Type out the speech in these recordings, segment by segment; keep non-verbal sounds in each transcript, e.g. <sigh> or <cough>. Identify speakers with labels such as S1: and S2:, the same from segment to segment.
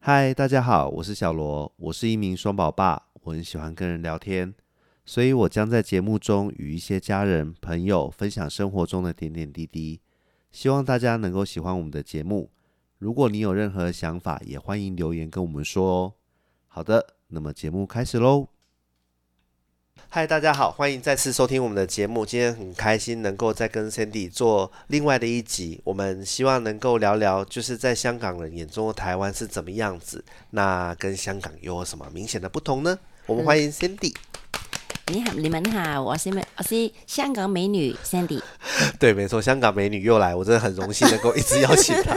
S1: 嗨，大家好，我是小罗，我是一名双宝爸，我很喜欢跟人聊天，所以我将在节目中与一些家人、朋友分享生活中的点点滴滴，希望大家能够喜欢我们的节目。如果你有任何想法，也欢迎留言跟我们说哦。好的，那么节目开始喽。嗨，大家好，欢迎再次收听我们的节目。今天很开心能够再跟 Sandy 做另外的一集，我们希望能够聊聊，就是在香港人眼中的台湾是怎么样子，那跟香港又有什么明显的不同呢？我们欢迎 Sandy。
S2: 你好，你们好，我是美，我是香港美女 Sandy。
S1: <laughs> 对，没错，香港美女又来，我真的很荣幸能够一直邀请 <laughs> 她。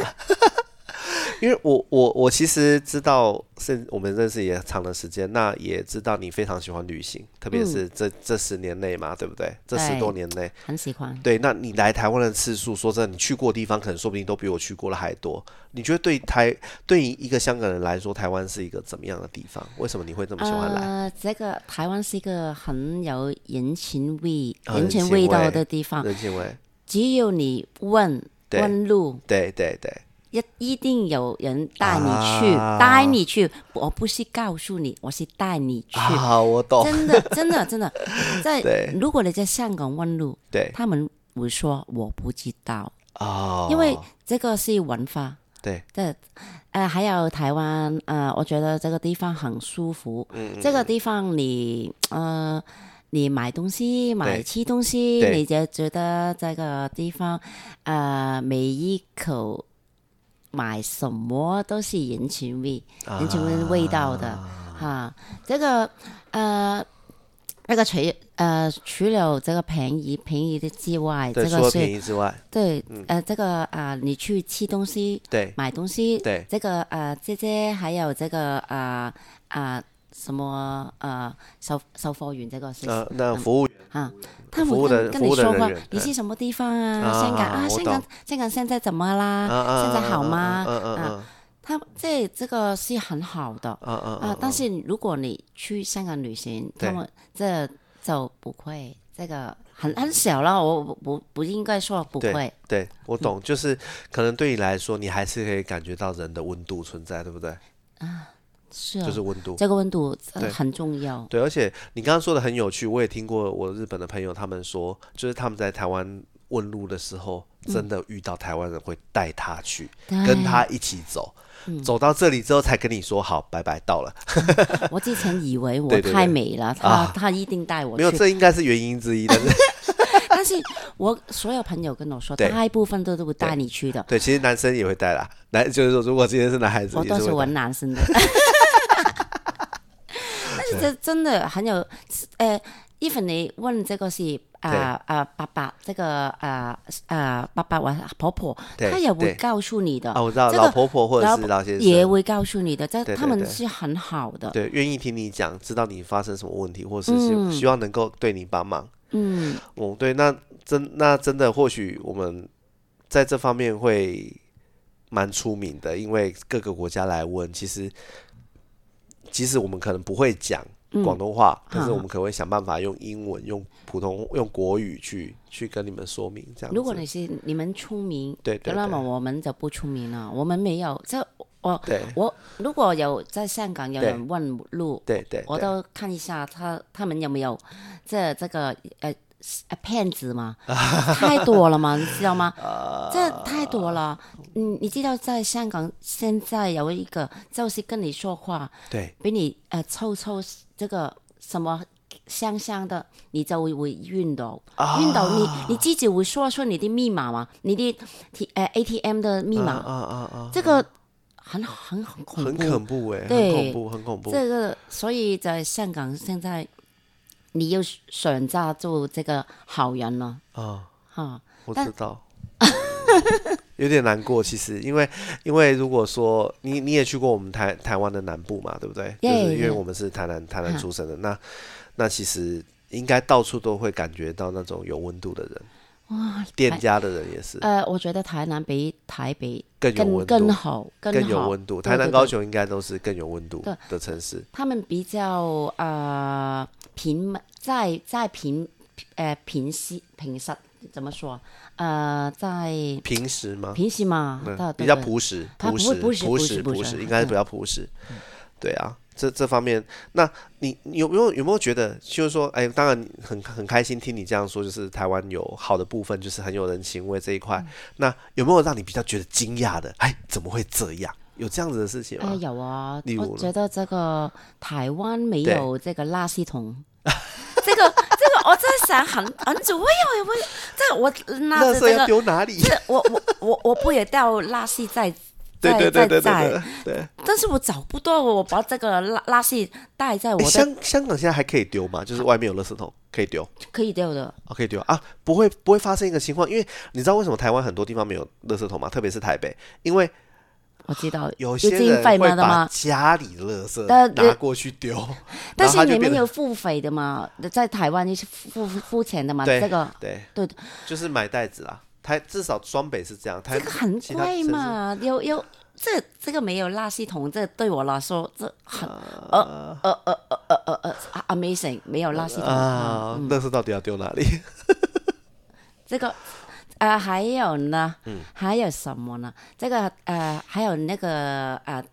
S1: 因为我我我其实知道，是我们认识也长的时间，那也知道你非常喜欢旅行，特别是这、这十年内嘛，对不嗯对？这十
S2: 对
S1: 多年内，
S2: 很喜欢。
S1: 对，那你来台湾的次数，说真的，你去过的地方，可能说不定都比我去过的还多。你觉得对台对于一个香港人来说，台湾是一个怎么样的地方？为什么你会这么喜欢来？
S2: 呃，这个台湾是一个很有人情味、
S1: 啊
S2: 人
S1: 人
S2: 情
S1: 情
S2: 味道
S1: 味
S2: 的地方。
S1: 任建
S2: 啊
S1: 伟，
S2: 只要你问
S1: 对
S2: 问路，
S1: 对对对，
S2: 一一定有人带你去，
S1: 啊
S2: 带你去。我不是告诉你，我是带你去。
S1: 啊，我懂，
S2: 真的，真
S1: <laughs>
S2: 的，真的，在
S1: 对
S2: 如果你在香港问路，
S1: 对
S2: 他们会说我不知道，
S1: 哦，
S2: 因为这个是文化。
S1: 对
S2: 对，呃，还有台湾，呃，我觉得这个地方很舒服。
S1: 嗯
S2: 这个地方你，呃，你买东西、买
S1: 对
S2: 吃东西，
S1: 对
S2: 你就觉得这个地方，呃，每一口买什么都是人情味，
S1: 啊
S2: 人情味味道的哈、这个，呃，那个除呃除了这个便宜便宜的之外，这
S1: 对，除了
S2: 个
S1: 便
S2: 是
S1: 宜之嗯外，
S2: 对，呃，这个啊、呃你去吃东西。
S1: 对
S2: 买东西，
S1: 对
S2: 这个呃，姐姐还有这个呃呃什么呃售售货员这个是
S1: 呃，那服务员
S2: 啊，他
S1: 服
S2: 们
S1: 务
S2: 跟
S1: 的
S2: 跟
S1: 服
S2: 你
S1: 务的
S2: 说
S1: 人
S2: 话
S1: 员，
S2: 你
S1: 对
S2: 是什么地方
S1: 啊
S2: 啊？香港
S1: 啊
S2: 啊，
S1: 我
S2: 香港
S1: 懂
S2: 香港现在怎么
S1: 啊
S2: 啦？
S1: 啊，
S2: 现在好吗？
S1: 嗯嗯
S2: 啊
S1: 嗯
S2: 他这这个是很好的
S1: 嗯嗯
S2: 啊，但是如果你去香港旅行，
S1: 对
S2: 他们这就不会这个很很小了，我我不不应该说不
S1: 对
S2: 会。
S1: 对，
S2: 嗯
S1: 我懂，就是可能对你来说，你还是可以感觉到人的温度存在，对不对？
S2: 是
S1: 就是
S2: 哦，
S1: 温度。
S2: 这个温度呃
S1: 对
S2: 很重要。
S1: 对，而且你刚刚说的很有趣，我也听过我日本的朋友他们说，就是他们在台湾问路的时候，
S2: 嗯
S1: 真的遇到台湾人会带他去，
S2: 啊
S1: 跟他一起走，
S2: 嗯
S1: 走到这里之后才跟你说好，拜拜，到了。
S2: 我之前以为
S1: 对
S2: 我
S1: 对对
S2: 太美了，他、
S1: 啊
S2: 他一定带我
S1: 没有，
S2: 去。
S1: 这应该是原因之一，但是
S2: <laughs>
S1: <laughs>
S2: 但是我所有朋友跟我说，
S1: 对。
S2: 大部分都都会带你去的
S1: 对，其实男生也会带啦，男就是说，如果今天是男孩子，
S2: 我
S1: 也
S2: 都
S1: 是
S2: 是
S1: 会
S2: 玩
S1: 带。
S2: 男生
S1: <laughs>
S2: 的。但是这真的很有，呃，even 你问这个是
S1: 对
S2: 啊啊爸爸这个啊啊爸爸或婆婆，
S1: 对
S2: 他也会
S1: 对
S2: 告诉你的
S1: 啊，，我知道，
S2: 这个
S1: 老婆婆或者
S2: 老
S1: 是老先生
S2: 也会告诉你的，这
S1: 对对
S2: 他们
S1: 对
S2: 是很好的。
S1: 对，愿意听你讲，知道你发生什么问题，或是希
S2: 嗯
S1: 希望能够对你帮忙。嗯，哦，对，那真那真的，或许我们在这方面会蛮出名的，因为各个国家来问，其实即使我们可能不会讲
S2: 嗯
S1: 广东话，可是我们可能会想办法用英文、用普通、用国语去去跟你们说明这样子。
S2: 如果你是你们出名，
S1: 对对
S2: 那
S1: 对
S2: 么我们就不出名了，我们没有。这我
S1: 对
S2: 我如果有在香港有
S1: 对
S2: 人问路，
S1: 对对，
S2: 我
S1: 对
S2: 都看一下他他们有没有这这个呃呃骗子嘛， <laughs> 太多了嘛，你知道
S1: <laughs>
S2: 吗？
S1: 啊
S2: 这太多了。你你知道在香港现在有一个就是跟你说话，
S1: 对
S2: 比你呃臭臭这个什么香香的，你就会会晕倒，
S1: 啊
S2: 晕倒你你自己会说出你的密码嘛，你的 T 呃 ATM 的密码，
S1: 啊啊啊，
S2: 这个很很很恐
S1: 很
S2: 怖，
S1: 恐怖哎、很
S2: 对
S1: 恐怖，很恐怖。
S2: 这个所以在香港现在你要选择做这个好人了
S1: 啊，
S2: 哈，
S1: 我
S2: 但
S1: 知道， <laughs> 有点难过。其实，因为因为如果说你你也去过我们台台湾的南部嘛，对不对？就
S2: Yeah,
S1: 是因为
S2: yeah.
S1: 我们是台南台南
S2: 哈
S1: 出生的，那那其实应该到处都会感觉到那种有温度的人，
S2: 哇，
S1: 店
S2: 台
S1: 家的人也是
S2: 呃，我觉得台南比台北
S1: 更有
S2: 更
S1: 温
S2: 更
S1: 度，
S2: 好，
S1: 更有
S2: 好。
S1: 温度。
S2: 对
S1: 台南
S2: 对
S1: 高
S2: 对
S1: 雄应该都是更有温度
S2: 对
S1: 的城市。
S2: 他们比较呃平在在平呃平息平实怎么说？呃，在
S1: 平时吗？
S2: 平时嘛，到
S1: 比较
S2: 对
S1: 朴实，
S2: 它
S1: 朴
S2: 不嗯会
S1: 实，朴
S2: 朴实朴
S1: 实，
S2: 实朴
S1: 朴
S2: 实
S1: 实，应该是比较朴实。对啊，这这方面，那你你有没有有没有觉得，就是说，哎，当然很很开心听你这样说，就是台湾有好的部分，就是很有人情味这一
S2: 嗯
S1: 块。那有没有让你比较觉得惊讶的？哎，怎么会这样？有这样子的事情吗？
S2: 哎，有啊
S1: 例，如
S2: 我
S1: 呢
S2: 觉得这个台湾没
S1: 对
S2: 有这个垃圾桶， <laughs> 这个这个我真的想很很久，我以为我这个我拿
S1: 垃
S2: 着
S1: 圾
S2: 这
S1: 要
S2: 个，
S1: 丢哪里？
S2: 这我我我我不也掉垃圾在。
S1: <laughs> 对对
S2: 在
S1: 对对
S2: 在
S1: 对
S2: 在
S1: 对，对。哎
S2: 但是我找不到我把这个垃垃圾带在我
S1: 哎
S2: 的
S1: 香香港现在还可以丢吗？就是外面有垃圾桶可以丢。
S2: 可以丢的，
S1: 哦，可以丢啊，不会不会发生一个情况，因为你知道为什么台湾很多地方没有垃圾桶吗？特别是台北，因为
S2: 我知道
S1: 有些
S2: 已经
S1: 人
S2: 费
S1: 会
S2: 嘛的
S1: 把
S2: 嘛，
S1: 家里垃圾
S2: 但
S1: 拿过去丢，
S2: 但
S1: 然后它
S2: 是
S1: 就
S2: 你
S1: 变
S2: 们
S1: 得
S2: 有付费的嘛，在台湾你是付付付钱的嘛，
S1: 对
S2: 啊这个
S1: 对
S2: 对，
S1: 就是买袋子啦。台至少双北是这样，台
S2: 这个很
S1: 其他
S2: 贵
S1: 城市
S2: 嘛，有有这这个没有垃圾桶，这对我来说这很
S1: 啊
S2: 呃呃呃啊 amazing，没有垃圾桶。啊
S1: 啊，垃圾到底要丢哪里？ <laughs>
S2: 这个呃还有呢，
S1: 嗯
S2: 还有什么呢？这个呃还有那个呃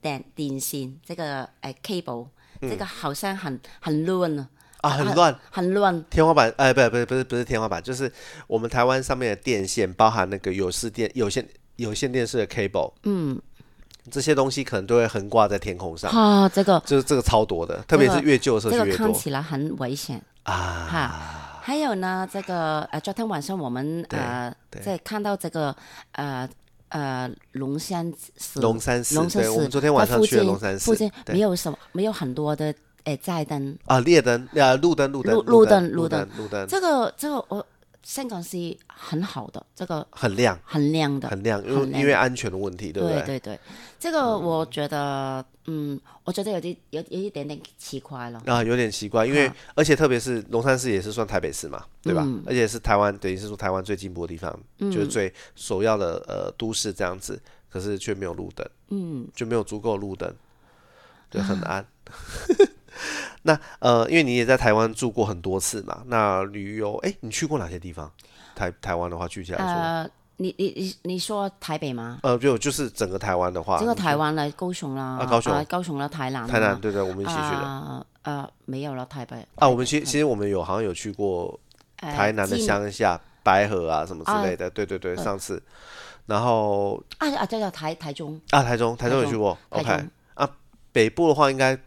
S2: 电电线这个呃 cable，这个好像很很乱啊，
S1: 嗯啊，很乱。
S2: 很乱。
S1: 天花板，哎，不是，不是，不是，不是天花板，就是我们台湾上面的电线，包含那个有线电、有线、有线电视的 cable，嗯，这些东西可能都会横挂在天空上，
S2: 啊，这个
S1: 就是这个超多的，特别是越旧的社
S2: 这
S1: 区
S2: 个
S1: 越
S2: 看
S1: 多
S2: 起来很危险。
S1: 啊。
S2: 哈，还有呢，这个呃，昨天晚上我们
S1: 对
S2: 呃，
S1: 对
S2: 在看到这个呃呃龙山寺，
S1: 龙山寺，
S2: 龙山
S1: 对，
S2: 寺，
S1: 我们昨天晚
S2: 它
S1: 上
S2: 附
S1: 去了
S2: 近
S1: 龙山寺，
S2: 附近
S1: 对
S2: 没有什么，没有很多的诶寨灯。
S1: 啊，列灯，啊，路灯，路灯，
S2: 路
S1: 路
S2: 路
S1: 灯，
S2: 灯
S1: 路
S2: 路
S1: 灯，路灯，
S2: 这个这个我香港是很好的，这个
S1: 很亮，
S2: 很亮的，
S1: 很亮，因
S2: 很
S1: 为
S2: 亮
S1: 因为安全的问题，对不
S2: 对
S1: 对？
S2: 对，这个我觉得，嗯，我觉得有点有有一点点奇怪了。
S1: 啊，有点奇怪，因为而且特别是龙山寺也是算台北市嘛，对吧？
S2: 嗯
S1: 而且是台湾，等于是说台湾最进步的地方，就是最首要的呃都市这样子，可是却没有路灯，嗯，就没有足够的路灯，对，很
S2: 啊
S1: 暗。 <laughs> 那呃，因为你也在台湾住过很多次嘛，那旅游，哎，你去过哪些地方？台台湾的话，具体来说，
S2: 呃，你你你你说台北吗？
S1: 呃，就就是整个台湾的话，
S2: 这个
S1: 啊你
S2: 台湾啦，高雄啦，
S1: 啊高雄
S2: 高雄啦，台南，
S1: 台南，，对对，我们一起去的。
S2: 啊啊，没有了，台北
S1: 啊，我们其其实我们有好像有去过
S2: 呃
S1: 台南的
S2: 金
S1: 乡下、白河啊什么
S2: 啊
S1: 之类的，对对对，上次，然后
S2: 啊啊，叫叫台台中，
S1: 啊台中，台中有
S2: 台
S1: 去过
S2: 台
S1: ，OK
S2: 中
S1: 啊，北部的话应该，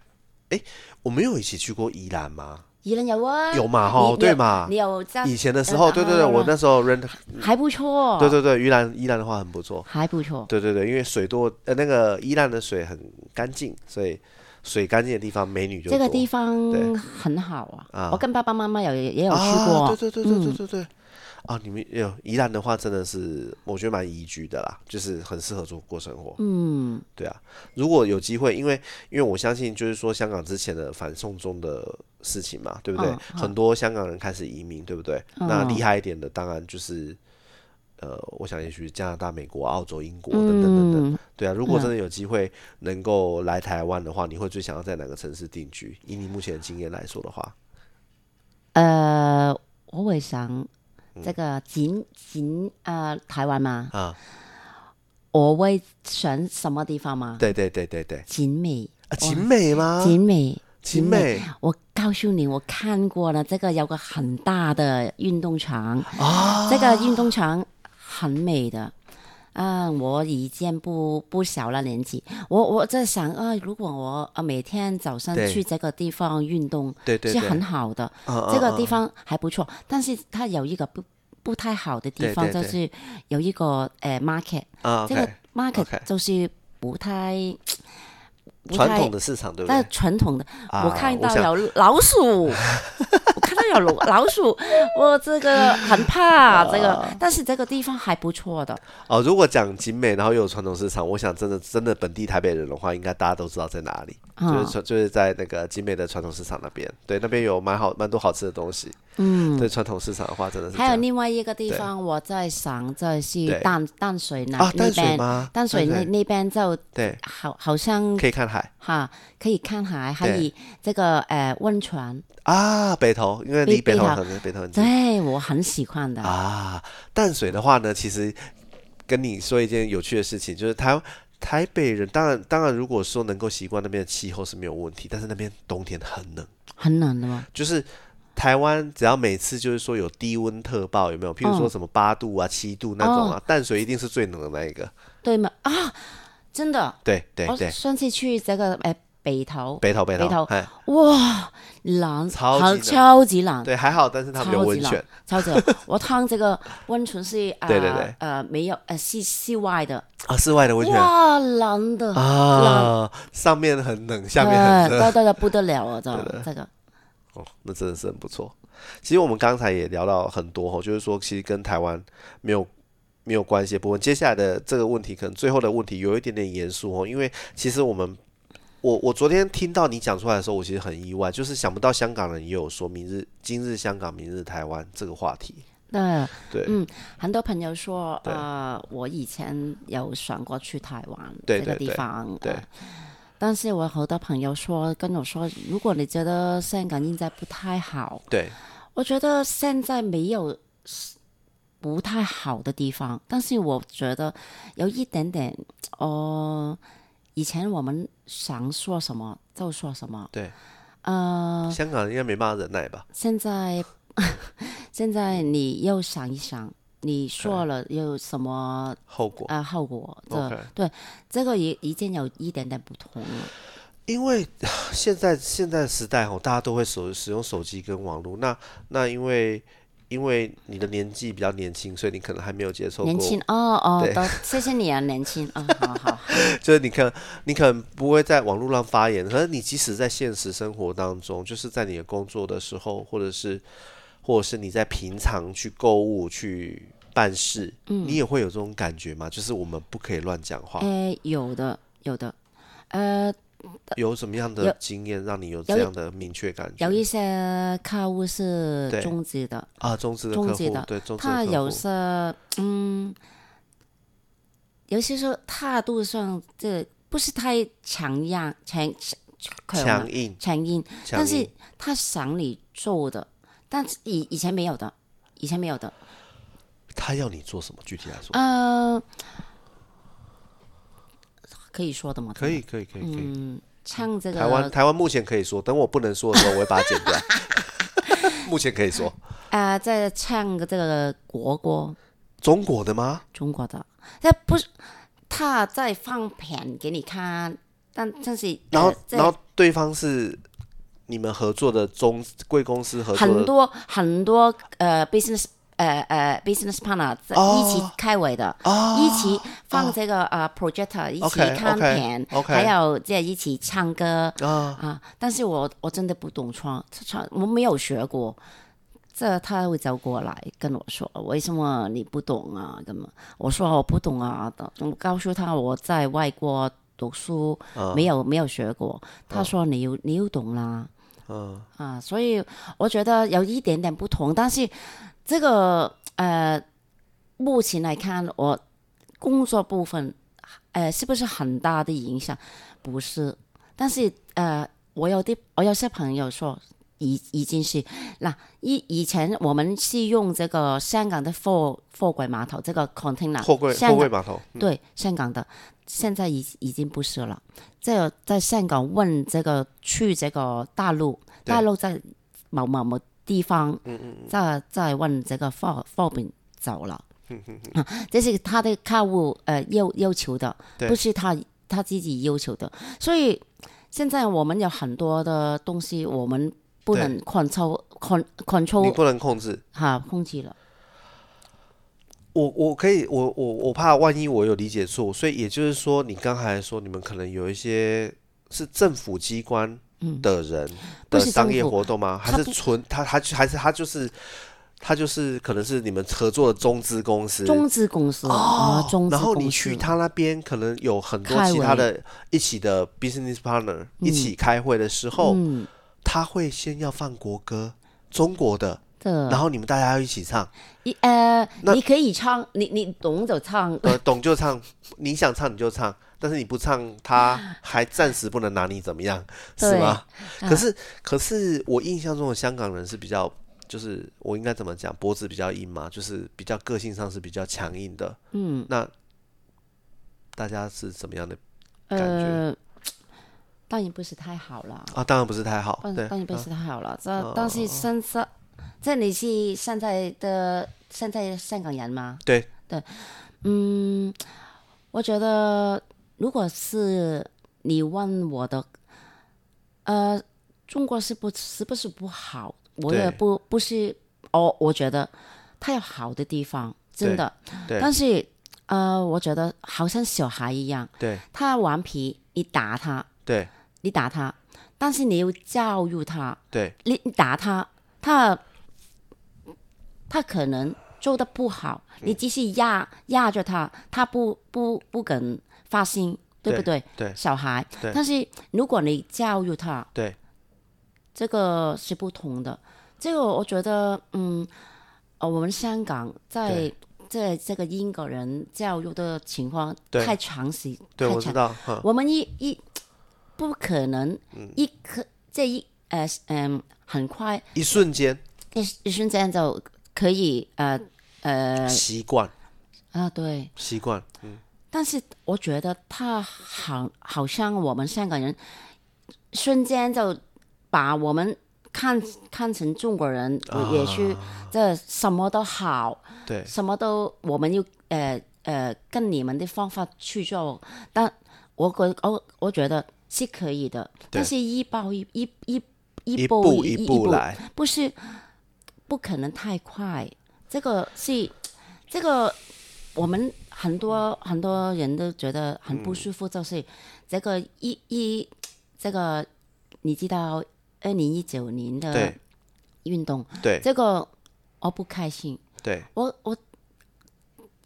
S1: 哎，我们有一起去过宜兰吗？
S2: 宜兰有啊，
S1: 有嘛吼
S2: 你
S1: 对嘛
S2: 你有你有这样
S1: 以前的时候，
S2: 呃
S1: 对对对，
S2: 啊
S1: 我那时候 rent，
S2: 还不错，
S1: 对，对对，宜兰宜兰的话很不错，
S2: 还不错，
S1: 对对对，因为水多，呃，那个宜兰的水很干净，所以水干净的地方美女就
S2: 这个
S1: 多
S2: 地方
S1: 对
S2: 很好
S1: 啊
S2: 啊，我跟爸爸妈妈有也有去
S1: 啊、
S2: 过，嗯
S1: 对对对对对对对。啊，你们有宜兰的话，真的是我觉得蛮宜居的啦，就是很适合做过生活。嗯，对啊，如果有机会，因为因为我相信，就是说香港之前的反送中的事情嘛，对不对？
S2: 嗯嗯
S1: 很多香港人开始移民，对不对？那厉害一点的，当然就是呃，我想也许加拿大、美国、澳洲、英国哦等等等等。
S2: 嗯，
S1: 对啊，如果真的有机会能够来台湾的话，你会最想要在哪个城市定居？以你目前的经验来说的话，
S2: 呃，我会想
S1: 嗯
S2: 这个景景呃台湾嘛，
S1: 啊，
S2: 我会选什么地方嘛？
S1: 对对对对对。
S2: 景美，
S1: 啊，景美吗？
S2: 景哦美。
S1: 景美
S2: 我告诉你，我看过了，这个有个很大的运动场，
S1: 啊，
S2: 这个运动场很美的。啊，我已经不不小了年纪，我我在想啊，如果我啊每天早上
S1: 对
S2: 去这个地方运动
S1: 对对
S2: 是
S1: 对
S2: 很好的，
S1: 嗯
S2: 这个
S1: 嗯
S2: 地
S1: 嗯
S2: 方还不错，但是它有一个不不太好的地
S1: 对
S2: 方，
S1: 对
S2: 就
S1: 对
S2: 是有一个呃 market，
S1: 啊
S2: 这
S1: ，OK，
S2: 个
S1: OK
S2: market 就是不太不
S1: 传
S2: 太
S1: 统的市场对不
S2: 但
S1: 对？
S2: 传统的，
S1: 啊
S2: 我看
S1: 我
S2: 到
S1: 想
S2: 有
S1: <laughs>
S2: 老鼠，我看到有老老鼠，我这个很怕
S1: 啊
S2: 这个，但是这个地方还不错的，
S1: 哦，如果讲景美，然后又有传统市场，我想真的真的本地台北人的话，应该大家都知道在哪 <laughs> 里，就是
S2: 嗯
S1: 传就是在那个景美的传统市场那边，对，那边有蛮好蛮多好吃的东西
S2: 嗯，
S1: 对传统市场的话，真的是这
S2: 还有
S1: 样
S2: 另外一个地
S1: 对
S2: 方，我在想着
S1: 对
S2: 是淡淡水那
S1: 啊，
S2: 那
S1: 淡水
S2: 边，
S1: 吗？
S2: 淡水那那边就
S1: 对，
S2: 好好像
S1: 可以看海
S2: 哈可以看海，还
S1: 对
S2: 有这个呃温泉，
S1: 啊，北投，因为离
S2: 北
S1: 北投
S2: 北投
S1: 很北投很近。
S2: 对我很喜欢的。
S1: 啊，淡水的话呢，其实跟你说一件有趣的事情，就是台台北人，当然当然，如果说能够习惯那边的气候是没有问题，但是那边冬天很冷，
S2: 很冷的吗？
S1: 就是。台湾只要每次就是说有低温特报，有没有？譬如说
S2: 嗯哦
S1: 什么八度啊、七度那种啊，淡水一定是最冷的那一个。
S2: 对吗？啊，真的，
S1: 对对
S2: 我
S1: 对，
S2: 上次去这个呃北头，
S1: 北投北
S2: 哦北
S1: 投
S2: 投，
S1: 哎，
S2: 哇，冷，
S1: 超级
S2: 好
S1: 冷
S2: 超级冷，
S1: 对，还好，但是他们有
S2: 超级
S1: 温
S2: 冷
S1: 泉，，<laughs>
S2: 超级冷。我烫这个温泉是呃
S1: 对对对
S2: 呃没有呃室室外的，
S1: 啊，室外的温泉
S2: 哇，冷的，
S1: 啊，上面很冷，下面很
S2: 对
S1: 热，
S2: 对对，不得了啊，这
S1: 对
S2: 个
S1: 的
S2: 这个，
S1: 哦，那真的是很不错。其实我们刚才也聊到很多哦，就是说其实跟台湾没有没有关系的部分。接下来的这个问题，可能最后的问题有一点点严肃哦，因为其实我们。我我昨天听到你讲出来的时候，我其实很意外，就是想不到香港人也有说“明日今日香港，明日台湾”这个话题。
S2: 那
S1: 对，
S2: 嗯很多朋友说，
S1: 对
S2: 呃，我以前有想过去台湾
S1: 对
S2: 这个
S1: 对
S2: 地
S1: 对
S2: 方，
S1: 对
S2: 呃但是我好多朋友说跟我说，如果你觉得香港现在不太好，
S1: 对，
S2: 我觉得现在没有呃不太好的地方，但是我觉得有一点点，哦、以前我们想说什么就说什么，
S1: 对，
S2: 呃，
S1: 香港人应该没办法忍耐吧？
S2: 现在 <laughs> 现在你又想一想，你说了有什么
S1: 后果。
S2: 啊、呃后果？这
S1: OK
S2: 对这个也已经有一点点不同了，
S1: 因为现在现在时代哦，大家都会手使用手机跟网络。那那因为因为你的年纪比较年轻，所以你可能还没有接受过，
S2: 年轻哦哦
S1: 对，
S2: 都谢谢你啊，年轻啊、好
S1: <laughs>
S2: 好好，
S1: 就是你可能你可能不会在网络上发言，可是你即使在现实生活当中，就是在你的工作的时候，或者是或者是你在平常去购物去办事，
S2: 嗯
S1: 你也会有这种感觉吗？就是我们不可以乱讲话。
S2: 诶，呃有的有的，呃，
S1: 有什么样的
S2: 有
S1: 经验让你有
S2: 有
S1: 这
S2: 一
S1: 样的明确感觉？
S2: 有一些客户是
S1: 对
S2: 中介的，
S1: 啊，中资的
S2: 中
S1: 客
S2: 介
S1: 户
S2: 的
S1: 对中资的
S2: 他
S1: 客
S2: 有
S1: 户
S2: 时嗯，有些时候态度上这不是太强硬，强强强
S1: 强硬，
S2: 强硬，
S1: 强
S2: 但是
S1: 硬
S2: 他想你做的，但是以以前没有的，以前没有的，
S1: 他要你做什么？具体来说，
S2: 呃，可以说的吗？
S1: 可以，可以，可以，可
S2: 嗯
S1: 以。
S2: 唱这个
S1: 台湾台湾目前可以说，等我不能说的时候，我会把它剪掉。
S2: <laughs>
S1: 目前可以说
S2: 啊、在唱这个国歌，
S1: 中国的吗？
S2: 中国的，这不是他在放片给你看，但但是
S1: 然后
S2: 呃，这
S1: 然后对方是你们合作的中贵公司合作
S2: 很
S1: 的
S2: 多很多呃 business 呃呃 business partner 在
S1: 哦
S2: 一起开会的，
S1: 啊
S2: 一起放这个呃 projector 一起
S1: OK，
S2: 看
S1: OK，
S2: 片
S1: OK
S2: 还有在一起唱歌
S1: 啊，
S2: 啊。但是我我真的不懂唱唱，我没有学过。这他会走过来跟我说：“为什么你不懂啊？”根本我说我不懂啊。我告诉他我在外国读书，没有没有学过。他说：“你又你又懂啦。”
S1: 嗯，
S2: 啊，所以我觉得有一点点不同，但是这个呃，目前来看，我工作部分呃是不是很大的影响？不是，但是呃，我有啲我有些朋友说。已已经是嗱，以以前我们是用这个香港的货货柜码头这个 container，
S1: 货柜
S2: 香
S1: 货
S2: 港
S1: 柜码头，嗯
S2: 对香港的，现在已已经不是了。这个在香港问这个去这个大陆，
S1: 对嗯
S2: 大陆在某某某地方，再再问这个货货品走了，
S1: 嗯
S2: 啊这是他的客户呃要要求的，
S1: 对
S2: 不是他他自己要求的。所以现在我们有很多的东西，我们不
S1: 对
S2: 能 control con
S1: 你
S2: control
S1: 不能控制。
S2: 哈控制了。
S1: 我我可以，我我我怕万一我有理解错，所以也就是说，你刚才说你们可能有一些是政府机关的人
S2: 嗯不
S1: 的
S2: 是
S1: 商
S2: 政
S1: 业
S2: 府
S1: 活动吗？还
S2: 他
S1: 是
S2: 不
S1: 纯他他还是他就是他就是可能是你们合作的中资公司，
S2: 中资公司啊，中资
S1: 哦然后你
S2: 公
S1: 去
S2: 司。
S1: 他那边可能有很多
S2: 开
S1: 其他
S2: 会
S1: 的一起的 business partner 一起开会的时候，
S2: 嗯，
S1: 他会先要放国歌，中国的
S2: 的。
S1: 然后你们大家要一起唱，
S2: 你呃，
S1: 那
S2: 你可以唱，你你懂就唱，
S1: 呃，懂就唱，你想唱你就唱，但是你不唱，他还暂时不能拿你怎么样，是
S2: 对
S1: 吗？
S2: 啊
S1: 可是，可是我印象中的香港人是比较，就是我应该怎么讲，脖子比较硬嘛，就是比较个性上是比较强硬的。
S2: 嗯，
S1: 那大家是怎么样的感觉
S2: 呃，当然不是太好了，
S1: 啊？当然不是太好，
S2: 当
S1: 对，
S2: 当然不
S1: 啊哦
S2: 是太好了。这、但是现在，这你是现在的现在香港人吗？
S1: 对
S2: 对，嗯，我觉得如果是你问我的，呃，中国是不是不是不好？我也
S1: 对
S2: 不不是，哦，我觉得它有好的地方，真的。
S1: 对
S2: 但是呃，我觉得好像小孩一样，
S1: 对
S2: 他顽皮，你打他，
S1: 对
S2: 你打他，但是你要教育他，
S1: 对
S2: 你你打他，他他可能做的不好，你继续压压着他，他不不不肯发心，对不对？
S1: 对
S2: 小孩
S1: 对，
S2: 但是如果你教育他，
S1: 对
S2: 这个是不同的。这个我觉得，嗯，呃，我们香港在
S1: 对
S2: 在这个英国人教育的情况
S1: 对
S2: 太长时，
S1: 对，
S2: 太
S1: 我知
S2: 长，
S1: 道，嗯
S2: 我们一一不可能一可这一呃嗯很快
S1: 一瞬间
S2: 一一瞬间就可以呃
S1: 习惯
S2: 啊对，
S1: 习惯，
S2: 但是我觉得他好，好像我们香港人瞬间就把我们看看成中国人，也是这什么都好，
S1: 对
S2: 什么都我们要呃呃跟你们的方法去做，但我觉我我觉得是可以的，但是一步一一一
S1: 一
S2: 步
S1: 步
S2: 一
S1: 一步，来，
S2: 不是不可能太快，这个是这个我们很多很多人都觉得很不舒服，就是这个一一这个你知道二零一九年的
S1: 对
S2: 运动，
S1: 对
S2: 这个我不开心，
S1: 对
S2: 我我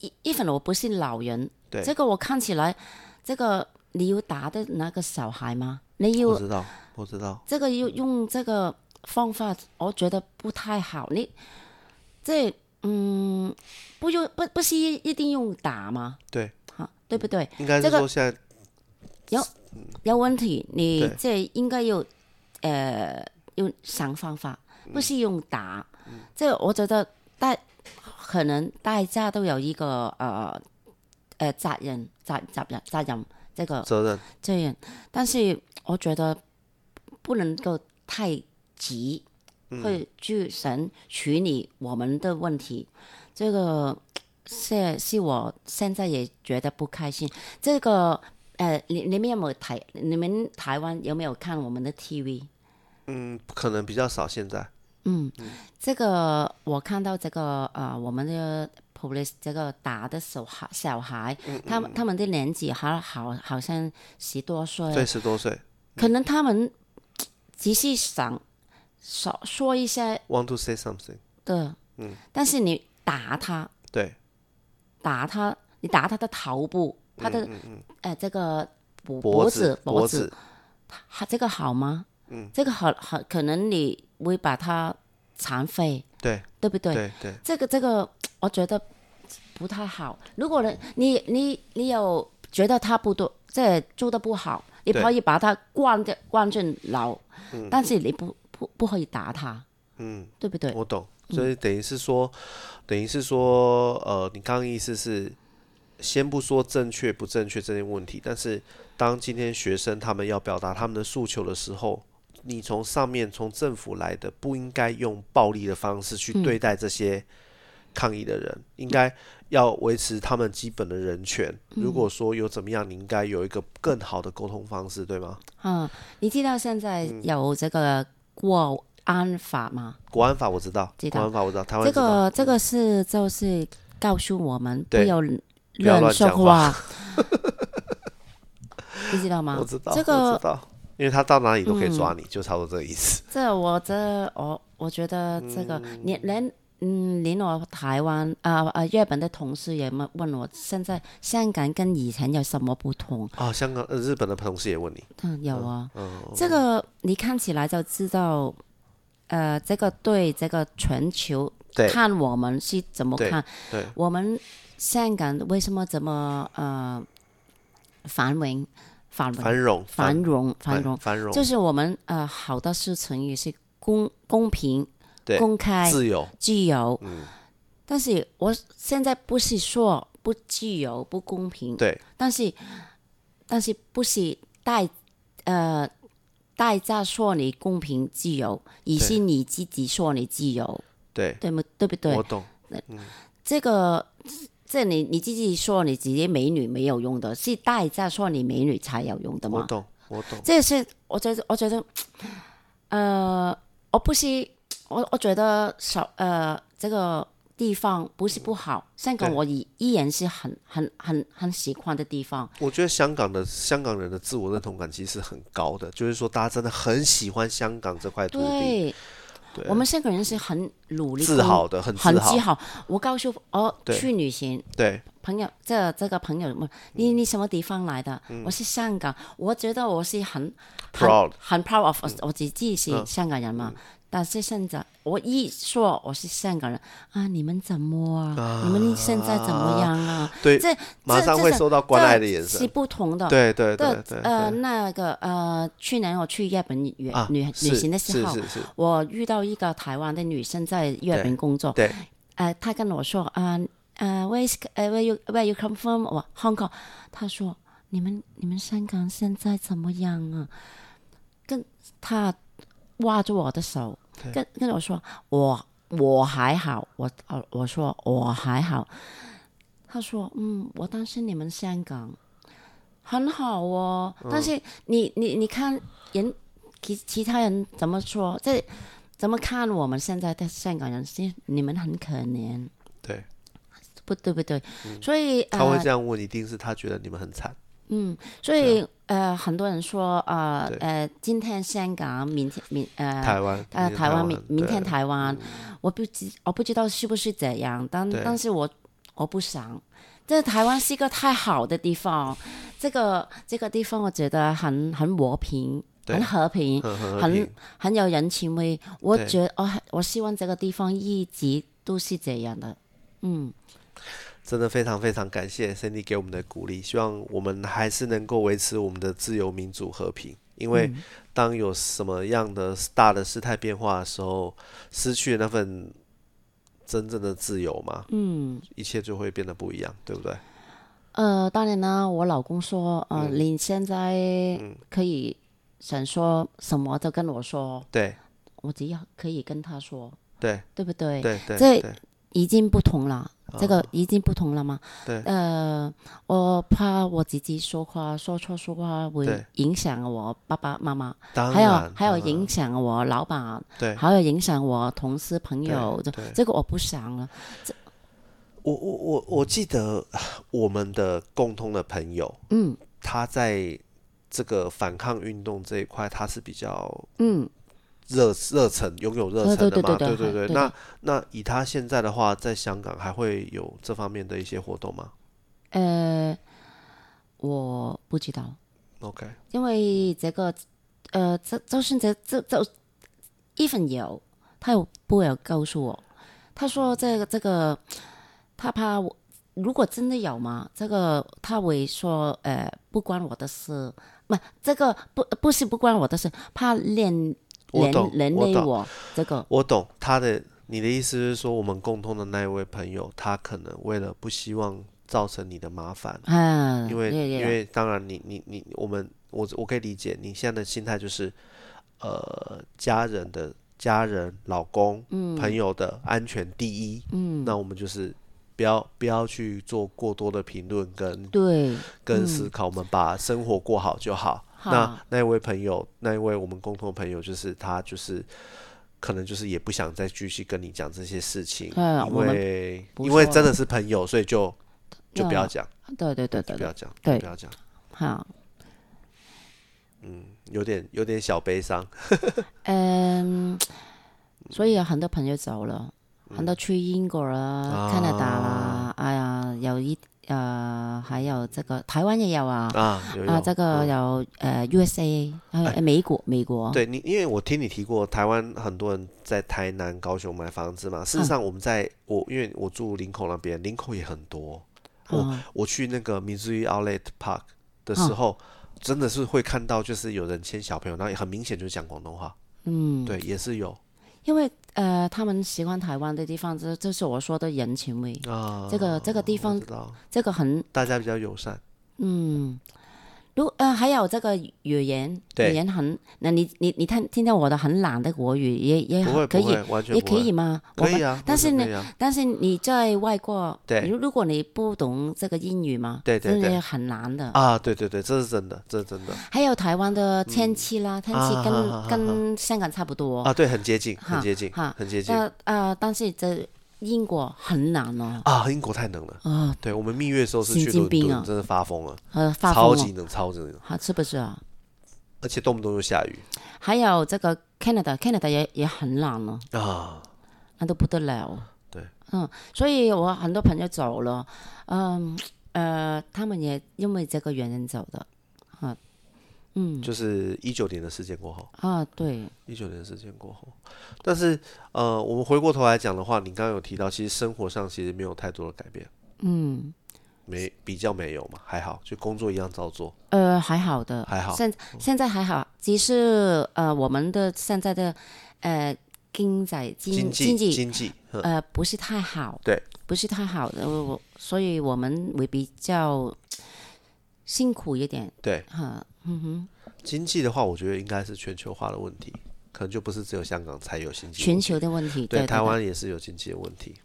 S2: 一一份我不是老人，
S1: 对
S2: 这个我看起来这个你要打的那个小孩吗？你要
S1: 我知道我知道，
S2: 这个用用这个方法，我觉得不太好。你即系嗯，不用不不是一一定用打嘛，
S1: 对，
S2: 吓、对不对？
S1: 应该是
S2: 这个
S1: 说现在
S2: 有问题，你
S1: 对
S2: 即系应该要诶、呃、要想方法，不是用打。即系我觉得大可能大家都有一个诶诶责任责责任责任这个
S1: 责任
S2: 这样，但是我觉得不能够太急，会去想处理我们的问题。这个是是我现在也觉得不开心。这个呃，你你们有没有台？你们台湾有没有看我们的 TV？
S1: 嗯，可能比较少现在，
S2: 嗯，这个我看到这个呃，我们的 police 这个打的小孩小孩，他们他们的年纪还好好像十多岁，啊
S1: 对，十多岁
S2: 可能他们只是想说说一些
S1: ，want to say something，
S2: 的，嗯，但是你打他，
S1: 对
S2: 打他，你打他的头部，他的、呃这个脖
S1: 脖
S2: 子
S1: 脖
S2: 子，
S1: 子，
S2: 他这个好吗？嗯，这个好好，可能你会把他残废，
S1: 对
S2: 对不对？
S1: 对对
S2: 这个这个，我觉得不太好。如果你你你你有觉得他不对，即系做得不好，你
S1: 对嗯
S2: 可以把他关的关进牢，但是你不不不可以打他，嗯，对不对？嗯
S1: 我懂，所以等于是说，等于是说，呃，你刚刚意思是，先不说正确不正确这些问题，但是当今天学生他们要表达他们的诉求的时候，你从上面从政府来的，不应该用暴力的方式
S2: 嗯
S1: 去对待这些抗议的人，应该要维持他们基本的人权。如
S2: 嗯
S1: 果说有怎么样，你应该有一个更好的沟通方式，对吗？
S2: 嗯，你知道现在
S1: 嗯
S2: 有这个国安法吗？
S1: 国安法我知道，
S2: 知道
S1: 国安法我知道，台湾
S2: 这
S1: 知道嗯
S2: 个这个是就是告诉我们不
S1: 对
S2: 要
S1: 要乱
S2: 说
S1: 讲话， <laughs>
S2: 你知道吗？
S1: 我知道，
S2: 这
S1: 我
S2: 个嗯
S1: 知道，因为他到哪里都可以抓你，就差不多这个意思。
S2: 这我这我我觉得这个连连嗯连我台湾啊啊日本的同事也问问我，现在香港跟以前有什么不同？
S1: 啊，香港、呃、日本的同事也问你，
S2: 嗯，有啊，
S1: 嗯，
S2: 这个你看起来就知道，呃，这个对这个全球
S1: 对
S2: 看我们是怎么
S1: 对
S2: 看，
S1: 对
S2: 我们香港为什么这么呃繁荣、繁荣、
S1: 繁荣
S2: 繁荣、繁
S1: 繁
S2: 荣，
S1: 繁荣
S2: 就是我们呃好的事情也是公公平、
S1: 对
S2: 公开、
S1: 自由，嗯
S2: 自由。但是我现在不是说不自由、不公平，
S1: 对
S2: 但是但是不是代呃代价说你公平自由，而是你自己说你自由，
S1: 对，
S2: 对吗？对不对
S1: 我？懂，
S2: 这个这你你自己说你自己美女没有用的，是代价说你美女才有用的
S1: 我
S2: 吗？
S1: 懂，我懂，
S2: 这是我觉得，我觉得，呃，我不是我，我觉得少呃这个地方不是不好，香港
S1: 对
S2: 我依依然是很很很很喜欢的地方。
S1: 我觉得香港的香港人的自我认同感其实很高的，就是说大家真的很喜欢香港这块土地，
S2: 对，
S1: 对
S2: 我们香港人是很努力工，
S1: 自豪的，很
S2: 很
S1: 自豪，
S2: 豪。我告诉我
S1: 对
S2: 去旅行，
S1: 对
S2: 朋友，这这个朋友问你
S1: 嗯
S2: 你什么地方来的？我是香港，我觉得我是很很
S1: Proud 嗯
S2: 很 proud of 我我自己是香港人嘛。但是现在我一说我是香港人啊，你们怎么啊？你们现在怎么样啊？
S1: 对，
S2: 这
S1: 马
S2: 这
S1: 上
S2: 这
S1: 会
S2: 是
S1: 受到关爱的
S2: 这
S1: 眼
S2: 是
S1: 神，
S2: 不同的。
S1: 对对对
S2: 这
S1: 对
S2: 呃，
S1: 对
S2: 那个呃，去年我去日本旅、
S1: 啊，
S2: 旅
S1: 是
S2: 旅行的时候
S1: 是，是是，
S2: 我遇到一个台湾的女生在日
S1: 对
S2: 本工作，
S1: 对
S2: 呃，他跟我说啊啊、w h e r e is 呃、where you where you come from？我 Hong Kong。他说你们你们香港现在怎么样啊？跟他握住我的手，跟跟我说我我还好，我呃我说我还好。他说嗯，我担心你们香港很好哦，但是你你你看人其其他人怎么说这。怎么看我们现在的香港人？是你们很可怜，
S1: 对，
S2: 不对不对？所以
S1: 嗯他会
S2: 呃
S1: 这，样问，一定是他觉得你们很惨，
S2: 嗯，所以呃，很多人说呃
S1: 啊对
S2: 呃，今天香港，明天明呃
S1: 台湾
S2: 呃
S1: 明天
S2: 台湾，明明
S1: 对嗯
S2: 天台湾，我不知我不知道是不是这样，但
S1: 对
S2: 但是我我不想。这台湾是一个太好的地方，这个这个地方我觉得很很和平，
S1: 对
S2: 很和平，
S1: 很很和
S2: 很
S1: 平，
S2: 很有人情味。我
S1: 对
S2: 觉得我我希望这个地方一直都是这样的。嗯，
S1: 真的非常非常感谢 Cindy 给我们的鼓励，希望我们还是能够维持我们的自由、民主、和平。因为
S2: 嗯
S1: 当有什么样的大的事态变化的时候，失去那份真正的自由嘛，嗯，一切就会变得不一样，对不对？
S2: 呃，当然啦，我老公说，呃，
S1: 嗯
S2: 你现在可以想说什么就跟我说，
S1: 对
S2: 我只要可以跟他说，
S1: 对
S2: 对不对？
S1: 对对
S2: 这
S1: 对
S2: 已经不同了，这个已经不同了嘛。
S1: 对
S2: 呃，我怕我自己说话说错说话
S1: 对
S2: 会影响我爸爸妈妈，
S1: 当
S2: 还有
S1: 然
S2: 还有
S1: 当然
S2: 影响我老板，
S1: 对
S2: 还有影响我同事朋友，
S1: 对
S2: 这
S1: 对
S2: 这个我不想了。
S1: 我我我我记得我们的共同的朋友，
S2: 嗯
S1: 他在这个反抗运动这一块，他是比较
S2: 嗯，
S1: 热热忱，拥有热
S2: 呃
S1: 忱
S2: 对
S1: 的嘛，
S2: 对对对
S1: 对
S2: 对对
S1: 那那以他现在的话，在香港还会有这方面的一些活动吗
S2: 呃，我不知道，
S1: ？OK，
S2: 因为这个呃，这就算这这就一份有，他有不会有告诉我，他说这个这个，他怕我。如果真的有嘛，这个他会说，呃，不关我的事，不，这个不不是不关我的事，怕连
S1: 我
S2: 连
S1: 懂
S2: 连
S1: 我
S2: 累
S1: 懂
S2: 我这个，
S1: 我懂他的，你的意思是说，我们共同的那一位朋友，他可能为了不希望造成你的麻烦，
S2: 啊，
S1: 因为
S2: 也也
S1: 因为当然你你你我们我我可以理解你现在的心态就是，呃，家人的家人、老公、
S2: 嗯
S1: 朋友的安全第一，嗯，那我们就是不要不要去做过多的评论跟
S2: 对，
S1: 跟思考，我们把生活过好就好。
S2: 嗯好
S1: 那那一位朋友，那一位我们共同的朋友，就是他就是。可能就是也不想再继续跟你讲这些事情，
S2: 嗯
S1: 因
S2: 我们
S1: 为
S2: 不
S1: 因为
S2: 说
S1: 真
S2: 了
S1: 的是朋友，所以就就不要
S2: 那
S1: 讲，
S2: 对对对对
S1: 就不
S2: 对，
S1: 要讲，就
S2: 对
S1: 不要讲。
S2: 好，
S1: 有点有点小悲 <laughs> 伤，
S2: 嗯，所以有很多
S1: 嗯啊
S2: 朋友走了，很多去英国啦、加拿大啦，哎呀，有一呃，还有这个台湾也有啊，
S1: 啊，有有
S2: 啊，这个
S1: 嗯
S2: 有呃 USA，还有呃美国，美国，
S1: 对你，因为我听你提过，台湾很多人在台南、高雄买房子
S2: 嗯
S1: 嘛。事实上，我们在、我因为我住林口那边，林口也很多。我、
S2: 嗯
S1: 我去那个 Missouri Outlet Park 的时候，
S2: 嗯
S1: 真的是会看到，就是有人牵小朋友，然后也很明显就是讲广东话。
S2: 嗯，
S1: 对，也是有
S2: 因为呃，他们喜欢台湾的地方，这就是我说的人情味，
S1: 啊。
S2: 这个这个地
S1: 我
S2: 方
S1: 知道，
S2: 这个很
S1: 大家比较友善。
S2: 嗯。如呃，还有这个语言，
S1: 对
S2: 语言很，那你你你听听到我的很懒的国语也也
S1: 不会
S2: 可
S1: 不
S2: 以
S1: 会，，完全
S2: 也
S1: 不
S2: 可
S1: 会
S2: 以吗？我
S1: 可
S2: 们
S1: 以啊。
S2: 但
S1: 完
S2: 是
S1: 全
S2: 呢
S1: 可以啊
S2: 但是你在外国，
S1: 对
S2: 如如果你不懂这个英语嘛，
S1: 对对
S2: 真
S1: 对
S2: 的很难的。
S1: 啊，对对对，这是真的，这是真的
S2: 还有台湾的天气啦，天气
S1: 啊
S2: 跟、
S1: 啊啊啊
S2: 跟香港差不多。
S1: 啊，对，很接近，很
S2: 哦哈
S1: 接近，
S2: 哈
S1: 很接近
S2: 那呃，但是这英国很难哦，
S1: 啊。英国太冷了。
S2: 啊、
S1: 对我们蜜月的时候是
S2: 神
S1: 去
S2: 经
S1: 伦
S2: 病
S1: 敦，
S2: 啊
S1: 真的发疯了，
S2: 呃，发
S1: 超
S2: 疯
S1: 级
S2: 了，
S1: 冷，超级冷，
S2: 哈，是不是啊？
S1: 而且动不动就下雨
S2: 还有这个 Canada，Canada 也也很难哦，
S1: 啊。
S2: 那都不得了。
S1: 对，
S2: 嗯，所以我很多朋友走了，嗯呃，他们也因为这个原因走的，啊，嗯，
S1: 就是一九年的事件过后，
S2: 啊，对，
S1: 一九年的事件过后，但是呃，我们回过头来讲的话，你刚刚有提到，其实生活上其实没有太多的改变，
S2: 嗯。
S1: 没比较没有嘛，还好，就工作一样照做。
S2: 呃，还好的，
S1: 还好
S2: 现现在还好，只是呃，我们的现在的呃经济经
S1: 济
S2: 济
S1: 经济，嗯
S2: 呃不是太好，
S1: 对，
S2: 不是太好的，我我所以我们会比较辛苦一点
S1: 对，
S2: 哈，嗯哼，
S1: 经济的话，我觉得应该是全球化的问题，可能就不是只有香港才有经济问
S2: 全
S1: 题，
S2: 球的问题，
S1: 对
S2: 对
S1: 台湾也是有经济的问题。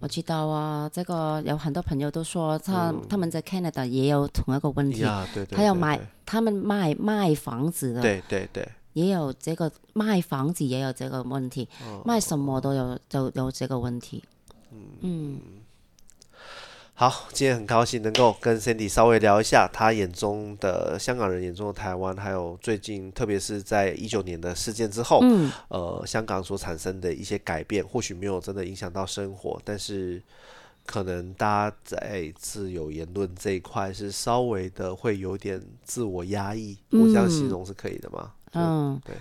S2: 我知道啊，这个有很多朋友都说他、他们在 Canada 也有同一个问题，
S1: 呀，对对，
S2: 他要
S1: 对
S2: 买，他们卖卖房子的，
S1: 对对对
S2: 也有这个卖房子也有这个问题，
S1: 哦
S2: 卖什么都有都有这个问题。
S1: 好，今天很高兴能够跟 Cindy 稍微聊一下她眼中的香港人眼中的台湾，还有最近特别是在一九年的事件之后，
S2: 嗯，
S1: 呃，香港所产生的一些改变，或许没有真的影响到生活，但是可能大家在自由言论这一块是稍微的会有点自我压抑，我这样形容是可以的吗？
S2: 嗯
S1: 对，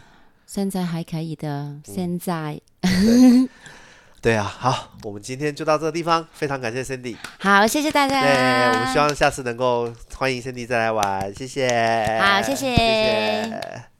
S2: 现在还可以的，现在
S1: 对啊，好，我们今天就到这个地方，非常感谢 Cindy，
S2: 好，谢谢大家。
S1: 对我们希望下次能够欢迎 Cindy 再来玩，谢谢，
S2: 好谢谢
S1: 谢谢